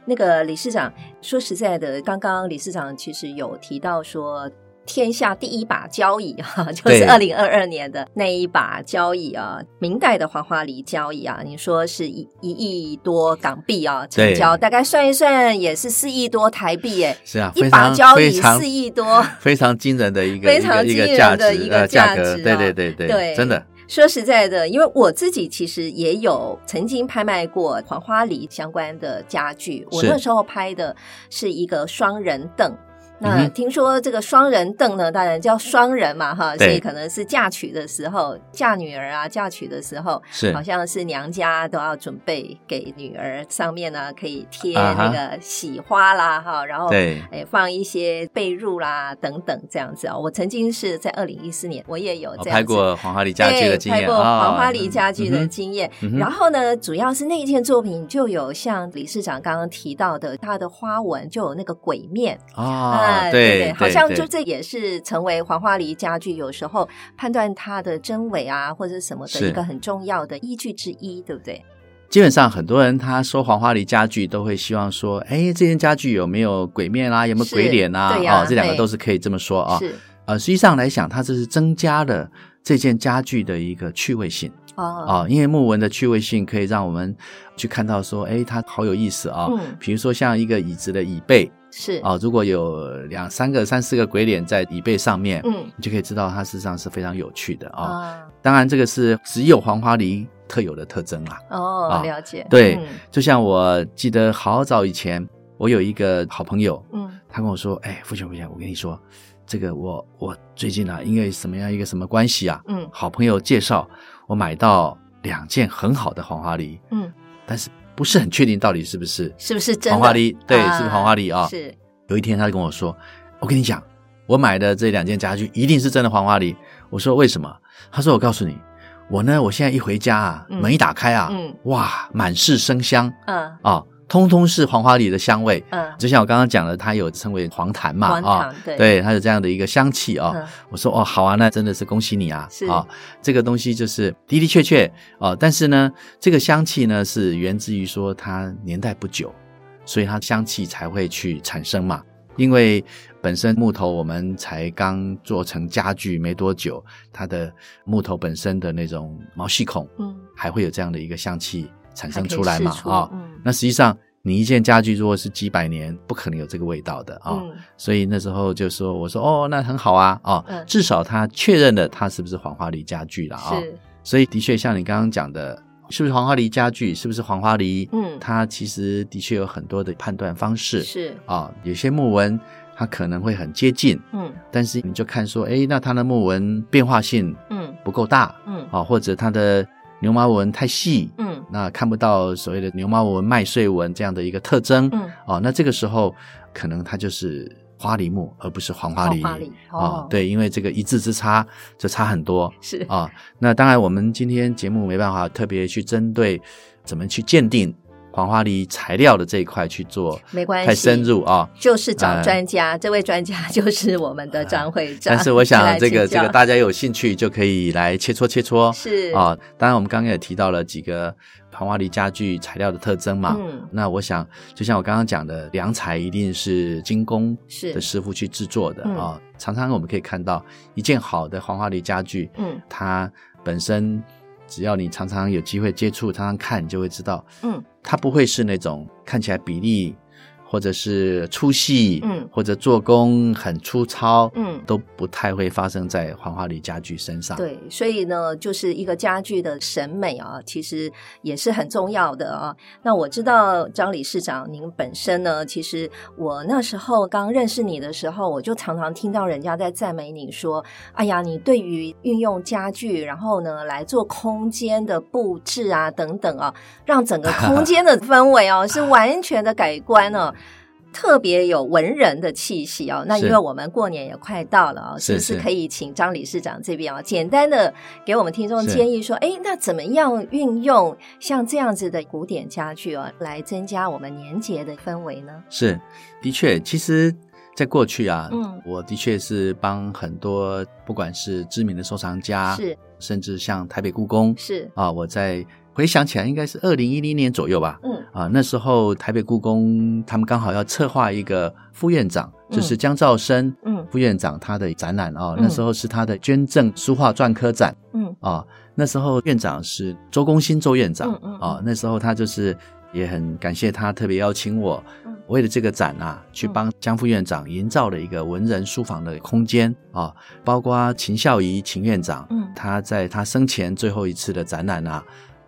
[SPEAKER 1] 那个理事长说实在的，刚刚理事长其实有提到说。天下第一把交椅哈、 就是
[SPEAKER 2] 对
[SPEAKER 1] 二零二二年的那一把交椅啊，明代的黄花梨交椅啊，你说是一一亿多港币啊成
[SPEAKER 2] 对
[SPEAKER 1] 交，大概算一算也是四亿多台币耶，
[SPEAKER 2] 是啊，
[SPEAKER 1] 一
[SPEAKER 2] 非
[SPEAKER 1] 把
[SPEAKER 2] 常
[SPEAKER 1] 交
[SPEAKER 2] 非
[SPEAKER 1] 易
[SPEAKER 2] 常
[SPEAKER 1] 四亿多，
[SPEAKER 2] 非常惊人的一个
[SPEAKER 1] 非常
[SPEAKER 2] 一个
[SPEAKER 1] 惊
[SPEAKER 2] 一价
[SPEAKER 1] 人的
[SPEAKER 2] 值
[SPEAKER 1] 一个
[SPEAKER 2] 呃
[SPEAKER 1] 价
[SPEAKER 2] 价
[SPEAKER 1] 值
[SPEAKER 2] 格，
[SPEAKER 1] 啊
[SPEAKER 2] 对对对对，
[SPEAKER 1] 对
[SPEAKER 2] 真的
[SPEAKER 1] 说实在的，因为我自己其实也有曾经拍卖过黄花梨相关的家具，我
[SPEAKER 2] 是
[SPEAKER 1] 那时候拍的是一个双人凳。
[SPEAKER 2] 嗯
[SPEAKER 1] 那
[SPEAKER 2] 哼
[SPEAKER 1] 听说这个双人凳呢，当然叫双人嘛，哈，所
[SPEAKER 2] 对
[SPEAKER 1] 以可能是嫁娶的时候，嫁女儿啊，嫁娶的时候，
[SPEAKER 2] 是
[SPEAKER 1] 好像是娘家都要准备给女儿，上面呢可以贴
[SPEAKER 2] 啊哈
[SPEAKER 1] 那个喜花啦，哈，然后
[SPEAKER 2] 对
[SPEAKER 1] 哎，放一些被褥啦等等这样子啊、我曾经是在二零一四年，我也有
[SPEAKER 2] 我
[SPEAKER 1] 这样子、
[SPEAKER 2] 哦拍过黄花梨家具
[SPEAKER 1] 对
[SPEAKER 2] 的经
[SPEAKER 1] 拍
[SPEAKER 2] 验
[SPEAKER 1] 过
[SPEAKER 2] 啊，
[SPEAKER 1] 黄花梨家具的
[SPEAKER 2] 嗯
[SPEAKER 1] 经验。
[SPEAKER 2] 嗯哼
[SPEAKER 1] 然后呢，主要是那一件作品就有像理事长刚刚提到的，它的花纹就有那个鬼面
[SPEAKER 2] 哼
[SPEAKER 1] 哎
[SPEAKER 2] 啊，
[SPEAKER 1] 对
[SPEAKER 2] 对，
[SPEAKER 1] 好像
[SPEAKER 2] 对
[SPEAKER 1] 就这也是成为黄花梨家具有时候判断它的真伪啊或者什么的
[SPEAKER 2] 是
[SPEAKER 1] 一个很重要的依据之一，对不对？
[SPEAKER 2] 基本上很多人他说黄花梨家具都会希望说，哎，这件家具有没有鬼面啊，有没有
[SPEAKER 1] 是
[SPEAKER 2] 鬼脸啊？
[SPEAKER 1] 对呀
[SPEAKER 2] 哦，这两个
[SPEAKER 1] 对
[SPEAKER 2] 都是可以这么说啊。
[SPEAKER 1] 是
[SPEAKER 2] 呃，实际上来讲，它这是增加了这件家具的一个趣味性
[SPEAKER 1] 哦，
[SPEAKER 2] 啊，因为木纹的趣味性可以让我们去看到说，哎，它好有意思啊。
[SPEAKER 1] 嗯，
[SPEAKER 2] 比如说像一个椅子的椅背
[SPEAKER 1] 是
[SPEAKER 2] 啊，如果有两三个、三四个鬼脸在椅背上面，
[SPEAKER 1] 嗯
[SPEAKER 2] 你就可以知道它事实上是非常有趣的啊。
[SPEAKER 1] 啊
[SPEAKER 2] 当然，这个是只有黄花梨特有的特征啦。
[SPEAKER 1] 哦，
[SPEAKER 2] 啊
[SPEAKER 1] 了解，
[SPEAKER 2] 对就像我记得好早以前，我有一个好朋友，
[SPEAKER 1] 嗯嗯
[SPEAKER 2] 他跟我说：“哎，傅雄，傅雄，我跟你说，这个我我最近啊，因为什么样一个什么关系啊，
[SPEAKER 1] 嗯
[SPEAKER 2] 好朋友介绍我买到两件很好的黄花梨，
[SPEAKER 1] 嗯，
[SPEAKER 2] 但是不是很确定到底是不是
[SPEAKER 1] 是不是真的
[SPEAKER 2] 黄花梨？对，
[SPEAKER 1] 啊
[SPEAKER 2] 是不是黄花梨啊？
[SPEAKER 1] 是
[SPEAKER 2] 有一天他就跟我说：“我跟你讲，我买的这两件家具一定是真的黄花梨。”我说：“为什么？”他说：“我告诉你，我呢，我现在一回家啊，
[SPEAKER 1] 嗯
[SPEAKER 2] 门一打开啊，
[SPEAKER 1] 嗯
[SPEAKER 2] 哇，满室生香
[SPEAKER 1] 嗯
[SPEAKER 2] 啊，通通是黄花梨的香味。
[SPEAKER 1] 嗯，
[SPEAKER 2] 就像我刚刚讲的，它有称为黄檀嘛
[SPEAKER 1] 广
[SPEAKER 2] 啊，
[SPEAKER 1] 场对
[SPEAKER 2] 对，它有这样的一个香气啊。
[SPEAKER 1] 嗯
[SPEAKER 2] 我说：“哦，好啊，那真的是恭喜你啊
[SPEAKER 1] 是
[SPEAKER 2] 啊，这个东西就是的的确确啊，但是呢，这个香气呢是源自于说它年代不久，所以它香气才会去产生嘛。因为本身木头我们才刚做成家具没多久，它的木头本身的那种毛细孔
[SPEAKER 1] 嗯，
[SPEAKER 2] 还会有这样的一个香气产
[SPEAKER 1] 还
[SPEAKER 2] 生
[SPEAKER 1] 可以
[SPEAKER 2] 出来嘛
[SPEAKER 1] 试嗯
[SPEAKER 2] 啊、那实际上。”你一件家具如果是几百年，不可能有这个味道的啊、
[SPEAKER 1] 嗯
[SPEAKER 2] 所以那时候就说，我说哦，那很好啊，哦，
[SPEAKER 1] 嗯
[SPEAKER 2] 至少他确认了他是不是黄花梨家具了啊、
[SPEAKER 1] 嗯是
[SPEAKER 2] 所以的确像你刚刚讲的，是不是黄花梨家具，是不是黄花梨，
[SPEAKER 1] 嗯
[SPEAKER 2] 它其实的确有很多的判断方式
[SPEAKER 1] 是
[SPEAKER 2] 啊、有些木纹它可能会很接近，
[SPEAKER 1] 嗯
[SPEAKER 2] 但是你就看说，诶，那它的木纹变化性
[SPEAKER 1] 嗯
[SPEAKER 2] 不够大
[SPEAKER 1] 嗯
[SPEAKER 2] 啊、或者它的牛毛纹太细。
[SPEAKER 1] 嗯
[SPEAKER 2] 那看不到所谓的牛毛纹、麦穗纹这样的一个特征，
[SPEAKER 1] 嗯，
[SPEAKER 2] 哦，那这个时候可能它就是花梨木，而不是黄花梨。
[SPEAKER 1] 花梨
[SPEAKER 2] 啊、
[SPEAKER 1] 哦，，
[SPEAKER 2] 对，因为这个一字之差就差很多 哦
[SPEAKER 1] 是
[SPEAKER 2] 啊、那当然，我们今天节目没办法特别去针对怎么去鉴定黄花梨材料的这一块去做
[SPEAKER 1] 没关系，
[SPEAKER 2] 太深入啊。
[SPEAKER 1] 就是找专家，这位专家 就是我们的张会长。
[SPEAKER 2] 哎但是我想，这
[SPEAKER 1] 啊
[SPEAKER 2] 个
[SPEAKER 1] 来请
[SPEAKER 2] 这
[SPEAKER 1] 教
[SPEAKER 2] 个大家有兴趣就可以来切磋切磋
[SPEAKER 1] 是
[SPEAKER 2] 啊、当然，我们刚刚也提到了几个黄花梨家具材料的特征嘛。
[SPEAKER 1] 嗯
[SPEAKER 2] 那我想，就像我刚刚讲的，良材一定是精工
[SPEAKER 1] 是
[SPEAKER 2] 的师傅去制作的啊、
[SPEAKER 1] 嗯
[SPEAKER 2] 常常我们可以看到，一件好的黄花梨家具，
[SPEAKER 1] 嗯
[SPEAKER 2] 它本身只要你常常有机会接触、常常看，你就会知道，
[SPEAKER 1] 嗯，
[SPEAKER 2] 它不会是那种看起来比例或者是粗细，
[SPEAKER 1] 嗯
[SPEAKER 2] 或者做工很粗糙，
[SPEAKER 1] 嗯
[SPEAKER 2] 都不太会发生在黄花梨家具身上。
[SPEAKER 1] 对，所以呢，就是一个家具的审美啊，其实也是很重要的啊。那我知道张理事长，您本身呢，其实我那时候刚认识你的时候，我就常常听到人家在赞美你说：“哎呀，你对于运用家具，然后呢来做空间的布置啊，等等啊，让 整个空间的氛围哦、是完全的改观哦、特别有文人的气息哦，那因
[SPEAKER 2] 是
[SPEAKER 1] 为我们过年也快到了哦，是
[SPEAKER 2] 是
[SPEAKER 1] 不是
[SPEAKER 2] 是
[SPEAKER 1] 可以请张理事长这边哦，简单的给我们听众
[SPEAKER 2] 是
[SPEAKER 1] 建议说，哎，那怎么样运用像这样子的古典家具哦，来增加我们年节的氛围呢？
[SPEAKER 2] 是，的确，其实，在过去啊，
[SPEAKER 1] 嗯
[SPEAKER 2] 我的确是帮很多，不管是知名的收藏家，
[SPEAKER 1] 是
[SPEAKER 2] 甚至像台北故宫
[SPEAKER 1] 是，
[SPEAKER 2] 啊，我在回想起来，应该是二零一零年左右吧。
[SPEAKER 1] 嗯
[SPEAKER 2] 啊，那时候台北故宫他们刚好要策划一个副院长，就是江兆生
[SPEAKER 1] 嗯
[SPEAKER 2] 副院长他的展览啊，
[SPEAKER 1] 嗯
[SPEAKER 2] 那时候是他的捐赠书画篆刻展
[SPEAKER 1] 嗯
[SPEAKER 2] 啊，那时候院长是周公新周院长
[SPEAKER 1] 嗯嗯嗯
[SPEAKER 2] 啊，那时候他就是也很感谢他特别邀请我
[SPEAKER 1] 嗯，
[SPEAKER 2] 为了这个展啊，去帮江副院长营造了一个文人书房的空间啊，包括秦孝仪秦院长，
[SPEAKER 1] 嗯
[SPEAKER 2] 他在他生前最后一次的展览啊，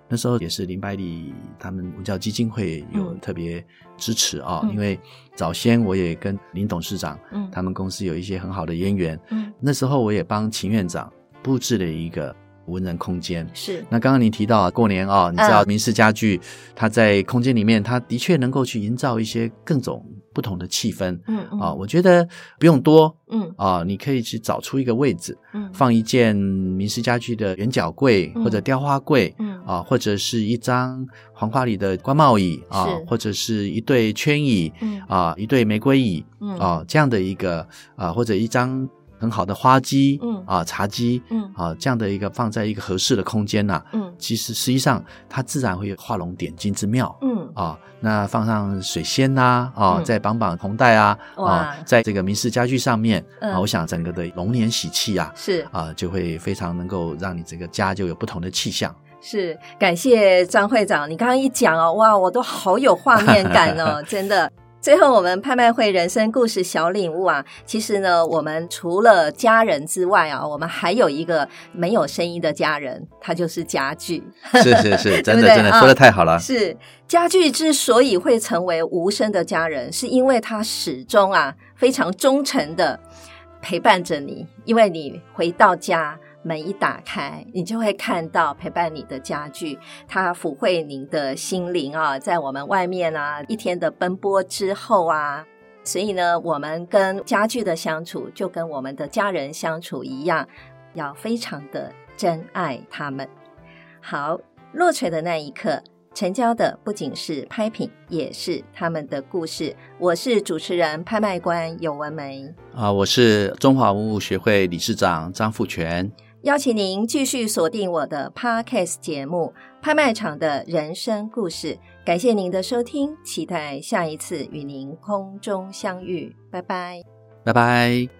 [SPEAKER 2] 那时候也是林百里他们文教基金会有
[SPEAKER 1] 嗯
[SPEAKER 2] 特别支持啊，
[SPEAKER 1] 嗯
[SPEAKER 2] 因为早先我也跟林董事长
[SPEAKER 1] 嗯
[SPEAKER 2] 他们公司有一些很好的渊源，
[SPEAKER 1] 嗯，
[SPEAKER 2] 那时候我也帮秦院长布置了一个文人空间。
[SPEAKER 1] 嗯是
[SPEAKER 2] 那刚刚您提到啊过年啊，
[SPEAKER 1] 嗯
[SPEAKER 2] 你知道明式家具，它在空间里面，它的确能够去营造一些各种不同的气氛
[SPEAKER 1] 嗯嗯
[SPEAKER 2] 啊。我觉得不用多
[SPEAKER 1] 嗯
[SPEAKER 2] 啊，你可以去找出一个位置，
[SPEAKER 1] 嗯
[SPEAKER 2] 放一件明式家具的圆角柜
[SPEAKER 1] 嗯
[SPEAKER 2] 或者雕花柜。
[SPEAKER 1] 嗯
[SPEAKER 2] 啊，或者是一张黄花梨的官帽椅啊
[SPEAKER 1] 是，
[SPEAKER 2] 或者是一对圈椅
[SPEAKER 1] 嗯
[SPEAKER 2] 啊，一对玫瑰椅
[SPEAKER 1] 嗯
[SPEAKER 2] 啊，这样的一个啊，或者一张很好的花机，
[SPEAKER 1] 嗯
[SPEAKER 2] 啊，茶几
[SPEAKER 1] 嗯
[SPEAKER 2] 啊，这样的一个放在一个合适的空间呐、
[SPEAKER 1] 嗯
[SPEAKER 2] 其实实际上它自然会有画龙点睛之妙。
[SPEAKER 1] 嗯，
[SPEAKER 2] 啊，那放上水仙呐、啊，
[SPEAKER 1] 嗯
[SPEAKER 2] 再绑绑红带啊，
[SPEAKER 1] 哇
[SPEAKER 2] 啊，在这个明式家具上面、
[SPEAKER 1] 嗯
[SPEAKER 2] 啊，我想整个的龙年喜气啊，
[SPEAKER 1] 是
[SPEAKER 2] 啊，就会非常能够让你这个家就有不同的 气象。
[SPEAKER 1] 是，感谢张会长，你刚刚一讲哦，哇，我都好有画面感哦，真的。最后，我们拍卖会人生故事小领悟啊，其实呢，我们除了家人之外啊，我们还有一个没有声音的家人，他就是家具。
[SPEAKER 2] 是是是，
[SPEAKER 1] 对
[SPEAKER 2] 真
[SPEAKER 1] 不
[SPEAKER 2] 的
[SPEAKER 1] 对
[SPEAKER 2] 真的
[SPEAKER 1] 啊
[SPEAKER 2] 说的太好了。
[SPEAKER 1] 是家具之所以会成为无声的家人，是因为他始终啊非常忠诚的陪伴着你，因为你回到家。门一打开，你就会看到陪伴你的家具，它抚慰您的心灵啊！在我们外面啊一天的奔波之后啊，所以呢，我们跟家具的相处，就跟我们的家人相处一样，要非常的珍爱他们。好，落锤的那一刻，成交的不仅是拍品，也是他们的故事。我是主持人、拍卖官尤文梅，
[SPEAKER 2] 啊，我是中华文物学会理事长张富全。
[SPEAKER 1] 邀请您继续锁定我的 Podcast 节目《拍卖场的人生故事》。感谢您的收听，期待下一次与您空中相遇，拜拜。
[SPEAKER 2] 拜拜。